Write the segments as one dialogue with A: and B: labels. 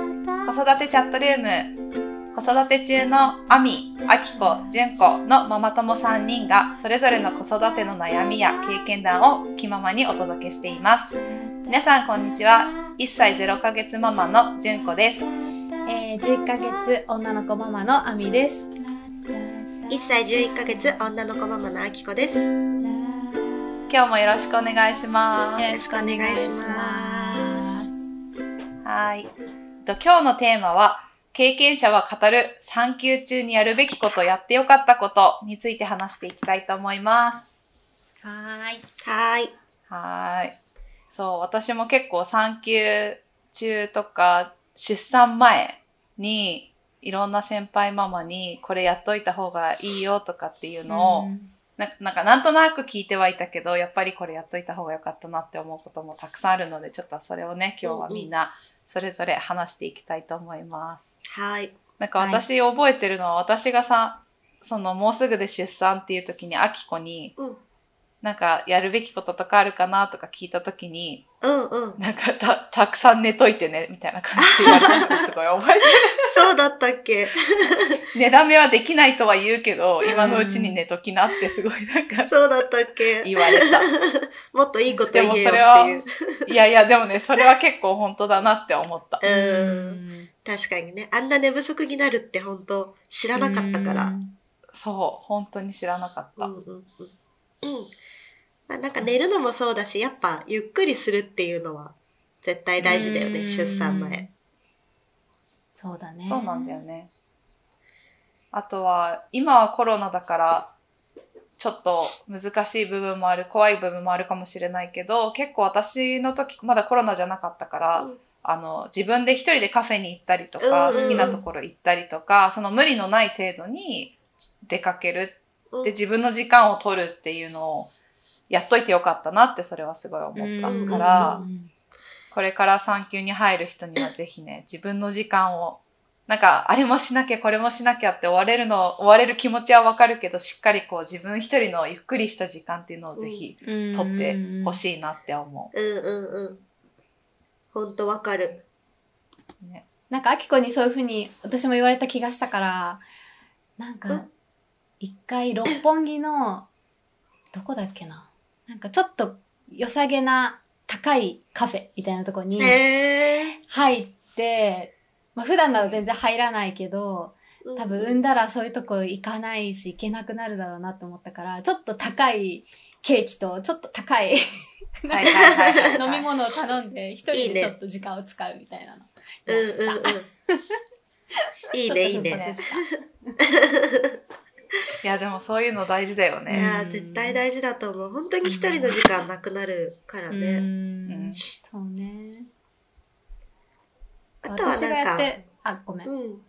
A: 育てチャットルーム子育て中のアミ、アキコ、ジュンコのママ友3人がそれぞれの子育ての悩みや経験談を気ままにお届けしています皆さんこんにちは1歳0ヶ月ママのジュンコです
B: えー、10ヶ月女の子ママのあみです。
C: 1歳11ヶ月女の子ママのあきこですよ
A: 今日もよろしくお願いします
C: ろしくお願いします
A: はい。と今日のテーマは、経験者は語る産休中にやるべきこと、やってよかったことについて話していきたいと思います。
B: はーい。
C: はーい
A: はーい。そう、私も結構産休中とか、出産前に、いろんな先輩ママに、これやっといた方がいいよとかっていうのを、
B: うん
A: ななんかなんとなく聞いてはいたけどやっぱりこれやっといた方が良かったなって思うこともたくさんあるのでちょっとそれをね今日はみんなそれぞれ話していきたいと思います。
C: はーい
A: なんか私覚えてるのは私がさそのもうすぐで出産っていう時にあきこに
C: うん
A: なんかやるべきこととかあるかなとか聞いた時に
C: うんうん
A: なんかたたくさん寝といてねみたいな感じで言われたのすごい覚えて
C: そうだったっけ
A: る。寝だめはできないとは言うけど今のうちに寝ときなってすごいなんか
C: そうだったっけ
A: 言われた。
C: もっといいこと言えよって
A: でもそれはいいやいや、でもね、それは結構本当だなって思った。
C: ううん確かにねあんな寝不足になるって本当知らなかったから
A: そう、本当に知らなかっ
C: う
A: た。
C: んうんうんうんまあなんか寝るのもそうだしやっぱゆっくりするっていうのは絶対大事だよ
B: う
C: ね
B: ん
C: 出産前。
B: そうだね。
A: そうなんだよね。あとは、今はコロナだから、ちょっと難しい部分もある、怖い部分もあるかもしれないけど、結構私の時、まだコロナじゃなかったから、
C: うん
A: あの、自分で一人でカフェに行ったりとか、
C: うんうんうん
A: 好きなところ行ったりとか、その無理のない程度に出かける
C: うん
A: で自分の時間を取るっていうのをやっといてよかったなってそれはすごい思ったから、
B: うん
A: これから産休に入る人にはぜひね自分の時間をなんかあれもしなきゃこれもしなきゃって追われるの追われる気持ちはわかるけどしっかりこう自分一人のゆっくりした時間っていうのをぜひ
B: 取
A: 取ってほ
B: い。
A: しいなって思
C: うんうんうん本当わかる
A: う、ね、
B: なんか、あきこにそういうふうに私も言われた気がしたから、なん
C: う
B: か
C: ん、
B: 一回六本木の、どこだっけな。なんかちょっと良さげな高いカフェみたいなとこに
C: へえ
B: 入って、まあ普段なら全然入らないけど、多分産んだらそういうとこ行かないし行けなくなるだろうなと思ったから、ちょっと高いケーキとちょっと高い
A: はいはい はいはい
B: 飲み物を頼んで、一
C: い
B: 人
C: い
B: で
C: ね
B: ちょっと時間を使うみたいなの。
C: うんうんうん。いいねいい
B: ちょっ
C: ね。
B: と奮発した
A: いやでもそういうの大事だよ
C: い
A: ね、
C: やー絶対大事だと思う。本当に一人の時間なくなるから
B: う
C: ね。
A: うんん、
B: そうね。
C: あとは
B: 私が
C: なん
B: やっ
C: か、
B: て、あ、ごめん
C: う。んうん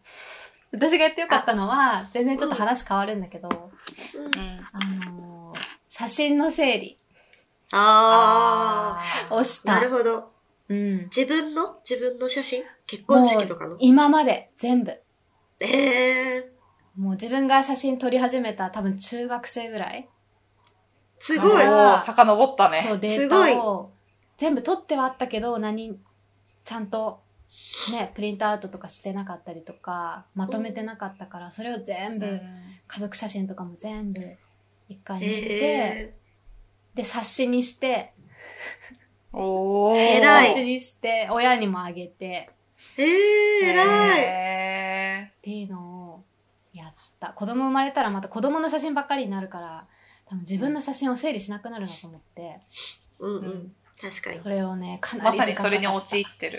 B: 私がやってよかったのは、全然ちょっと話変わるんだけど、
A: うん、
B: あのー写真の整理
C: あ
B: をし
C: あな
B: た
C: る。ほど。
B: うん。
C: 自分の自分の写真結婚式とかの
B: 今まで全部。
C: ええ
B: もう自分が写真撮り始めた多分中学生ぐらい、
C: すごい。
B: あ
C: う
B: ー
C: ん
A: おー遡ったね
B: そうデータを全部撮ってはあったけど何ちゃんとねプリントアウトとかしてなかったりとかまとめてなかったから、それを全部、
A: うん
B: 家族写真とかも全部一回見て、
C: え
B: で冊子にして
A: おー
C: 偉い
B: 冊子にして親にもあげて
C: ー、えー、偉い。
A: へ
B: っていうのをやった子供生まれたらまた子供の写真ばっかりになるから多分自分の写真を整理しなくなるなと思って、
C: うんう
A: ー
C: ん。確かに。
B: それをねか
A: うんま
B: なり
A: さ
B: 時
A: に
B: 間
A: それに
B: かかった
A: 陥ってる。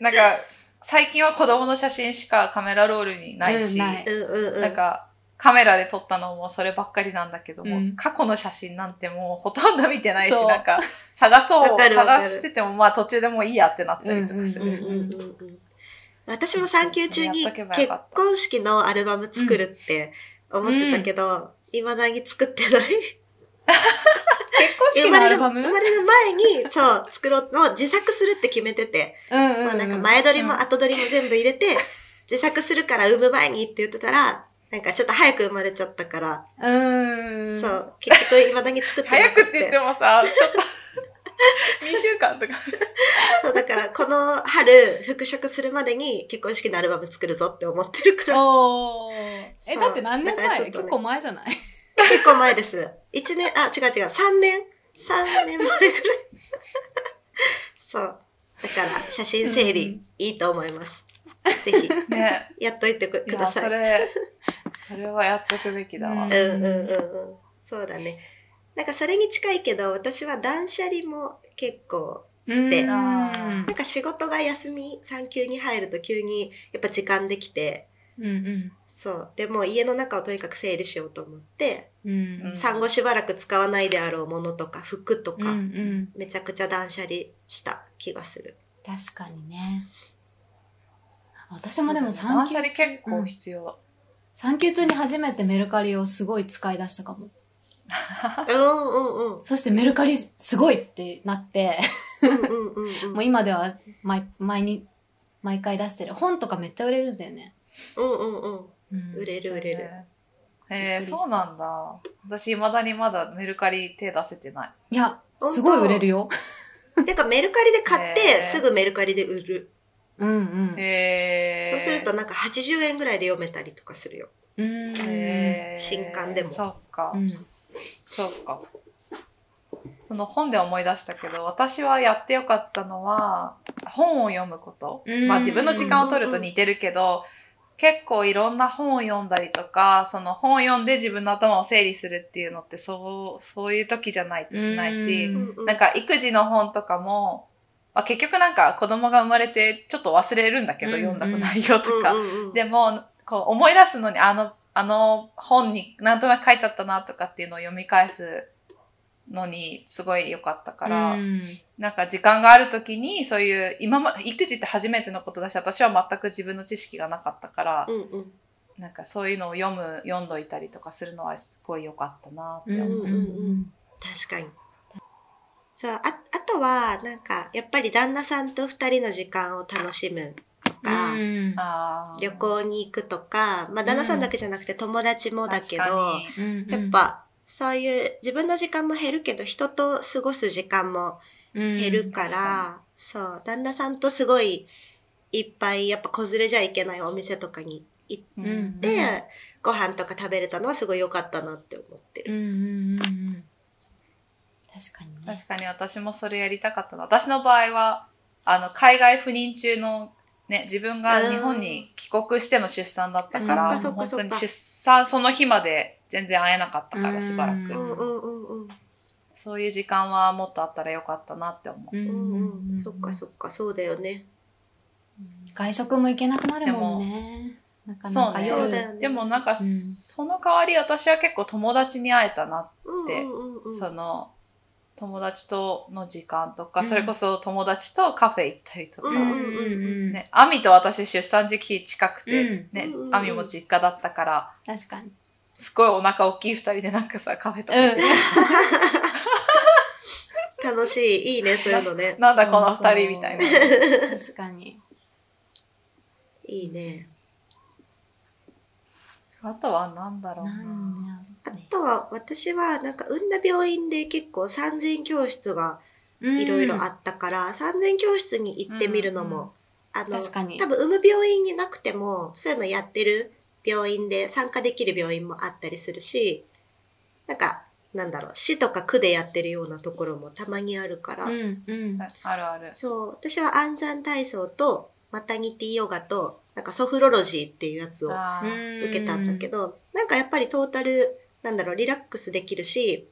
A: なんか最近は子供の写真しかカメラロールにないし、
B: うん
A: な
B: ない
C: うんうんうん。
A: んかカメラで撮ったのもそればっかりなんだけども、
B: うん
A: 過去の写真なんてもうほとんど見てないし、
B: そう
A: なんか探そ
C: わ
A: う、
C: かるわかる
A: 探しててもまあ途中でもういいやってなったりとかす
C: うんうん
A: る。
C: うんうん。私も産休中に
A: そうそうやっとけばよ
C: 結
A: かった
C: 婚式のアルバム作るって思ってたけど、いまだに作ってない。
B: 結婚式のアルバム
C: 生まれる前に、そう、作ろう、もう自作するって決めてて、
B: うんうんうん
C: もうなんか前撮りも
A: うん
C: 後撮りも全部入れて、自作するから産む前にって言ってたら、なんかちょっと早く生まれちゃったから、
B: うーん。
C: そう、結局未だに作ってな
A: 早
C: く
A: くって言ってもさ、ちょっと2週間とか。
C: そうだからこの春復職するまでに結婚式のアルバム作るぞって思ってるから
B: おーえ、
C: そう
B: だって何年
C: だか
B: 前、
C: らちょっとね
B: 結構前じゃない
C: 結構前です1年あ違う違う3年3年前ぐらいそうだから写真整理いいと思います、ぜひ
A: ね。
C: やっといてく
A: い
C: くだ
A: や、
C: さい
A: それ、それはやっとくべきだ
B: う
A: わ
B: ん。
C: うんうんうんうんそうだねなんかそれに近いけど私は断捨離も結構して、
B: うん
A: あ
C: なんか仕事が休み産休に入ると急にやっぱ時間できて
B: うん
C: そうでもう家の中をとにかく整理しようと思って、
B: うん。うん
A: ん
C: 産後しばらく使わないであろうものとか服と
B: うんう
C: か、
B: ん。
C: めちゃくちゃ断捨離した気がする
B: 確かにね。私もでも産
A: 断
B: 休
A: 捨離結構必要。
B: 産休中に初めてメルカリをすごい使い出したかも。
C: うんうんうんうん
B: そしてメルカリすごいってなって、
C: うんうんうん
B: もう今では毎毎に毎回出してる。本とかめっちゃ売れるんだよね。
C: うんうんうん
B: うん
C: 売れる売れる、
A: えー、そうなんだ。私、未だにまだメルカリ手出せてない。
B: いや、
C: 本当
B: すごい売れるよ。
C: てかメルカリで買って、
A: へー
C: すぐメルカリで売る
B: うんうん。
A: え
C: そう
A: ー、
C: すると、なんか80円ぐらいで読めたりとかするよ
B: うん。
A: えー、
C: 新刊でも
A: そうか、
B: うん
A: そうか。その本で思い出したけど、私はやってよかったのは、本を読むこと。
B: うん
A: まあ自分の時間を取ると似てるけど、結構いろんな本を読んだりとか、その本を読んで自分の頭を整理するっていうのって、そう、そういう時じゃないとしないし、
B: うん
C: う
A: なんか育児の本とかも、まあ、結局なんか子供が生まれてちょっと忘れるんだけど、
B: うんうん
A: 読んだ内容とか。
C: うんうんうん
A: でもこう思い出すのにあのあの本になんとなく書いてあったなとかっていうのを読み返すのにすごい良かったから、
B: うん
A: なんか時間がある時にそういう今ま育児って初めてのことだし私は全く自分の知識がなかったから、
C: うんうん
A: なんかそういうのを読む読んどいたりとかするのはすごい良かったなって
B: うん
A: 思う。
B: うんうん
C: 確かに。そう、あ、あとは、なんか、やっぱり旦那さんと二人の時間を楽しむとか、
B: うん
A: あー
C: 旅行に行くとか、まあ、旦那さんだけじゃなくて友達もだけど、
A: 確かに
B: うん
C: やっぱ、そういう自分の時間も減るけど、人と過ごす時間も減るから、そう、旦那さんとすごいいっぱい、やっぱ子連れじゃいけないお店とかに行っ
A: うん
B: うん
C: て、ご飯とか食べれたのはすごい良かったなって思って
B: うん
C: る。
B: うんうんうん確かにね
A: 確かに私もそれやりたかったな私の場合はあの海外赴任中の、ね、自分が日本に帰国しての出産だったから、
B: あそ
A: も
B: っ
A: う
C: か
A: 本
C: そっ
A: 当
C: か
A: に出産その日まで全然会えなかったか
B: うん
A: らしばらく、
C: うんうんうんうん。
A: そういう時間はもっとあったらよかったなって思う、
B: うん
C: うん
B: うん
C: う、
B: うんん
C: そっかそっかそうだよね。
B: 外食も行けなくなるもんねなか
A: そ
B: な
A: う
B: か
A: ね
B: 夜
C: そうだよね
A: でもなんか、
B: うん
A: その代わり私は結構友達に会えたな、
C: うんうんうんうん、
A: その友達との時間とか、
B: うん
A: それこそ友達とカフェ行ったりとか、
C: う
B: うんんうんうん
A: ね、アミと私出産時期近くて、
B: うん
A: ね
C: うんうんう、ん
A: アミも実家だったから、
B: 確かに
A: すごいお腹大きい二人でなんかさ、カフェとか、
C: 楽しいいいねそういうのね。
A: なんだこの二人みたいな。
B: そうそう確かに
C: いいね。
A: あとはなんだろうな。
B: 何や
C: あ
B: ろね
C: とは私はなんか産んだ病院で結構産前教室が
B: うん
C: いろいろあったから、産前教室に行ってみるのも、
A: うんうん
C: あの
B: 確かに
C: 多分産む病院になくてもそういうのやってる病院で参加できる病院もあったりするし、なんかなんだろう市とか区でやってるようなところもたまにあるから。
B: うんうん
A: あるある。
C: そう、私は暗算体操とマタニティヨガと、なんかソフロロジーっていうやつを
A: あー
B: 受
C: 受けたんだけど、なんかやっぱりトータル、なんだろう、リラックスできるし、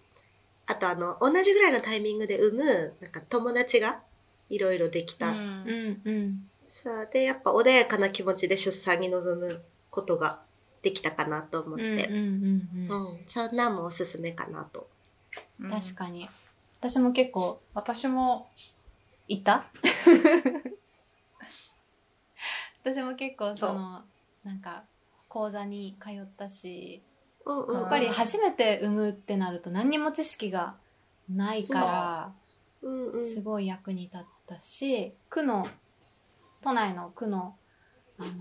C: あとあの、同じぐらいのタイミングで産む、なんか友達がいろいろできた。
A: うん
B: うんうん
C: そうで、やっぱ穏やかな気持ちで出産に臨むことができたかなと思っ
B: うんうん
C: て、
B: うん
C: う
B: うん
C: ん、そんなんもおすすめかなと。
A: うん
B: 確かに私も結構
A: 私も、
B: 行った 私も結構そのなんか講座に通ったし
C: うんうん、
A: や
B: やっぱり初めて産むってなると何にも知識がないか
C: うんう
B: ら
C: ん、
B: すごい役に立ったし区の都内の区の、あのー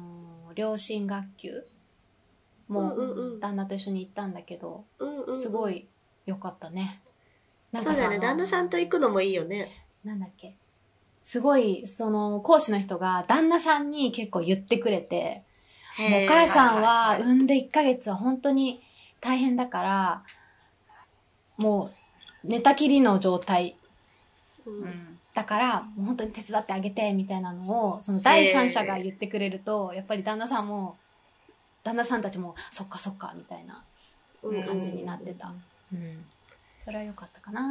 B: 両親学級も
C: うんうんうん
B: 旦那と一緒に行ったんだけど
C: うんうんうん
B: すご。い良かったね。なん
C: そ
B: か
C: うだ
B: さ
C: よね、旦那さんと行くのもいいよね。
B: なんだっけすごい、その、講師の人が旦那さんに結構言ってくれて、もう
C: へー
B: お母
A: はい
B: さん
A: はい
B: は
A: はい
B: 産んで1ヶ月は本当に大変だから、もう寝たきりの状態
C: うん
A: うん
B: だから、もう本当に手伝ってあげて、みたいなのを、その第三者が言ってくれると、やっぱり旦那さんも、旦那さんたちも、そっかそっか、みたいな
C: うん
B: 感じになってた。うん。それは良かったかな。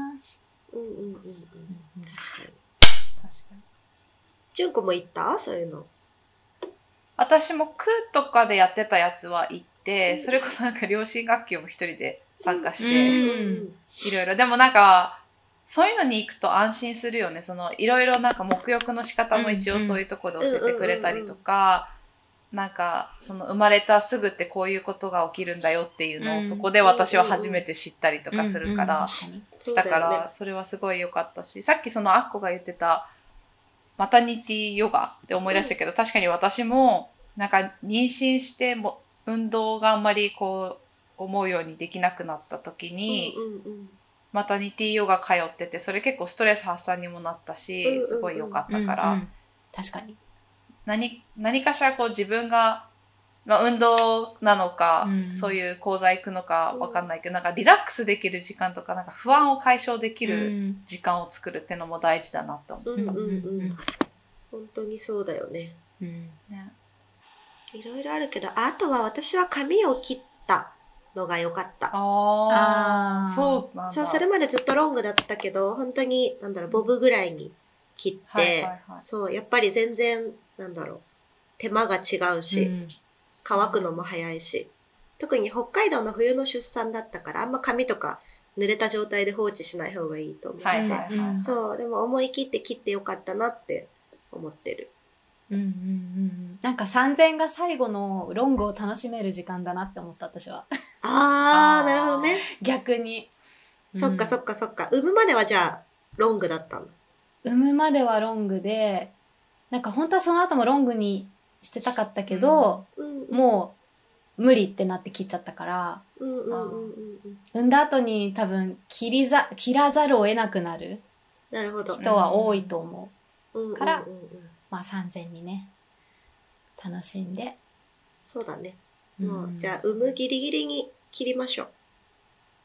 C: うんうんうんうん確かに
A: 確かに
C: 純子も行ったそういうの
A: 私も区とかでやってたやつは行って、それこそなんか両親学級も一人で参加して、
B: うん
A: いろいろでもなんかそういうのに行くと安心するよねそのいろいろなんか沐浴の仕方も一
B: う
A: 応
B: んうん
A: そういうとこで教えてくれたりとか、なんかその生まれたすぐってこういうことが起きるんだよっていうのを、
B: うん
A: そこで私は初めて知ったりとかするから、
B: うんうん確に
C: そ
A: し
C: う
A: た
C: だ
A: か
C: よね
A: らそれはすごい良かったしさっきそのアッコが言ってたマタニティヨガって思い出したけど、確かに私もなんか妊娠しても運動があんまりこう思うようにできなくなった時に。
C: うんうん
A: マタニティヨガ通っててそれ結構ストレス発散にもなったし、
C: うんうんうん
A: すごい良かったから、
B: うんうん確かに。
A: 何何かしらこう自分が、まあ、運動なのか、
B: うん
A: そういう講座行くのかわかんないけど、なんかリラックスできる時間とかなんか不安を解消でき
B: う
A: る
B: ん
A: 時間を作るってのも大事だなと思
C: うんうんうんうん本当にそうだよね
B: うん
A: うね。
C: いろいろあるけどあとは私は髪を切ったのが良かった
A: ああ
B: あ
A: そうなんだ。
C: そうそれまでずっとロングだったけど本当になんだろうボブぐらいに切って、
A: はいはいはい、
C: そうやっぱり全然なんだろう手間が違うし、
B: うん
C: 乾くのも早いし特に北海道の冬の出産だったからあんま髪とか濡れた状態で放置しない方がいいと思って、
A: はいはいはい。
B: うん
C: そうでも思い切って切ってよかったなって思ってる
B: うんうんうんうんなんか産前が最後のロングを楽しめる時間だなって思った私は。
A: あ
C: あー
A: ー
C: なるほどね、
B: 逆に。
C: そっかそっかそっか産むまではじゃあロングだったの
B: 産むまではロングで、なんか本当はその後もロングにしてたかったけど、
C: うん
B: もう無理ってなって切っちゃったから、
C: うんうんうんうんうん
B: 産んだ後に多分切りざ、切らざるを得なくなる
C: なるほど、
B: 人は多いと思う。
C: うんうん
B: から
C: うんうん
B: まあ3000にね、楽しんで。
C: そうだね
B: うん
C: もう、じゃあ産むギリギリに切りましょう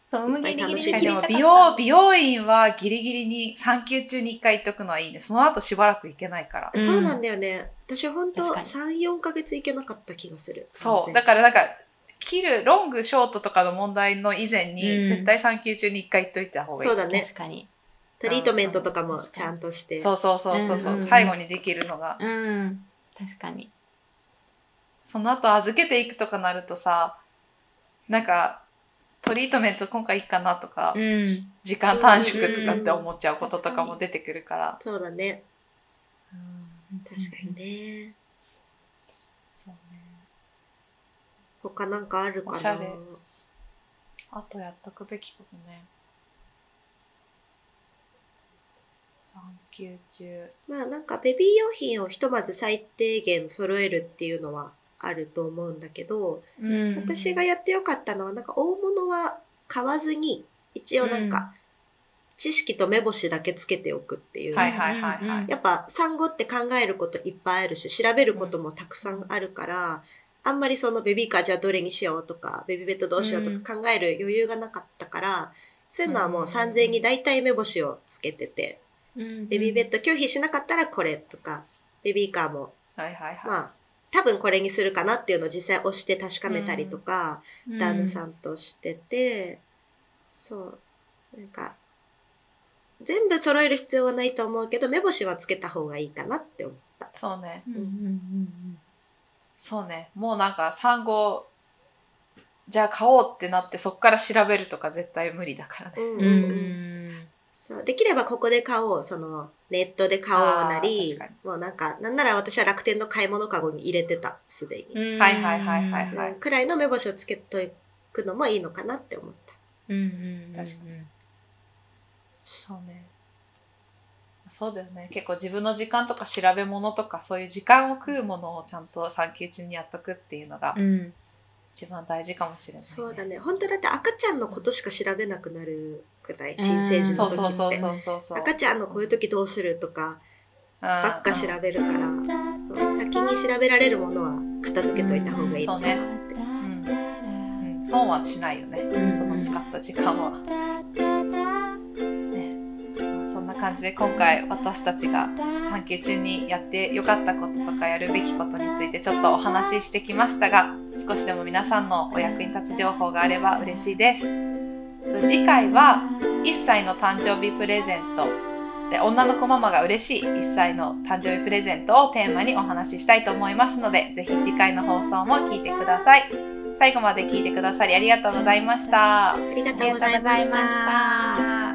B: そう、産むギリギリに切り
A: で
B: たか
A: も
B: った。
A: 美容美容院はギリギリに産休中に1回行っとくのはいいねその後しばらく行けないから
B: うん
C: そうなんだよね。私本当
B: 確かに
C: 三四ヶ月行けなかった気がする。
A: そう。だ
C: だ
A: からなんか、切る、ロング、ショートとかの問題の以前に、
B: うん
A: 絶対産休中に一回言っといた方がいい。
C: そうだね。
B: 確かに。
C: トリートメントとかもちゃんとして。
A: そうそうそうそうそう、
B: うんうんうん
A: 最後にできるのが。
B: うん。確かに。
A: その後預けていくとかなるとさ、なんか、トリートメント今回いいかなとか、
B: うん。
A: 時間短縮とかって思っちゃうこととかも出てくるから。
C: そうだね。
B: 確
C: 確かに。ね。
A: そうね。
C: 他なんかあるか
A: おしゃ
C: な
A: れ。あとやっとくべきことね。産休中。
C: まあなんかベビー用品をひとまず最低限揃えるっていうのはあると思うんだけど、
B: うん
C: 私がやってよかったのはなんか大物は買わずに一応なんか知識と目星だけつけておくっていう。
A: はいはいはいはい。
C: やっぱ産後って考えることいっぱいあるし調べることもたくさんあるから、あんまりそのベビーカーじゃあどれにしようとかベビーベッドどうしようとか考える余裕がなかったから、そういうのはもう産前に大体目星をつけてて、ベビーベッド拒否しなかったらこれとかベビーカーも
A: はいはいはい。
C: まあ多分これにするかなっていうのを実際押して確かめたりとか、
B: ド
C: 旦那さ
B: ん。
C: んとしてて、そうなんか全部揃える必要はないと思うけど目星はつけた方がいいかなって思った
A: そうね。
B: うんうんうん
A: そうね。もうなんか産後、じゃあ買おうってなって、そっから調べるとか絶対無理だからね。
C: うん
B: う。
C: うん
B: うんんう
C: うん
B: ん
C: そうできればここで買おうそのネットで買おうな
A: あ
C: り
A: ー確か
C: もうなんかなんなら私は楽天の買い物かごに入れてたすでに、
B: うんうん。
A: はいはいはいはい
C: うんくらいの目星をつけとくのもいいのかなって思った
B: うんうんうん。
A: 確かそうね。そうだよね。結構自分の時間とか調べ物とか、そういう時間を食うものをちゃんと産休中にやっとくっていうのが
B: うん。
A: 一番大事かもしれない、
C: そうだ。ね本当だって赤ちゃんのことしか調べなくなるくらい新生児
A: そう
C: の時って
A: そうそうそうそうそう。
C: 赤ちゃんのこういう時どうするとかばっか調べるから、そう先に調べられるものは片付けといた方がいい
A: そ
C: の
A: う
C: かな
A: ね
C: って、
A: うん、損はしないよね、
C: うん
A: その使った時間は。ねまあそんな感じで今回私たちが産休中にやってよかったこととかやるべきことについてちょっとお話ししてきましたが少しでも皆さんのお役に立つ情報があれば嬉しいです。次回は1歳の誕生日プレゼントで女の子ママが嬉しい1歳の誕生日プレゼントをテーマにお話ししたいと思いますのでぜひ次回の放送も聞いてください最後まで聞いてくださりありがとうございました
C: ありがとうございました。
A: ありがとうございました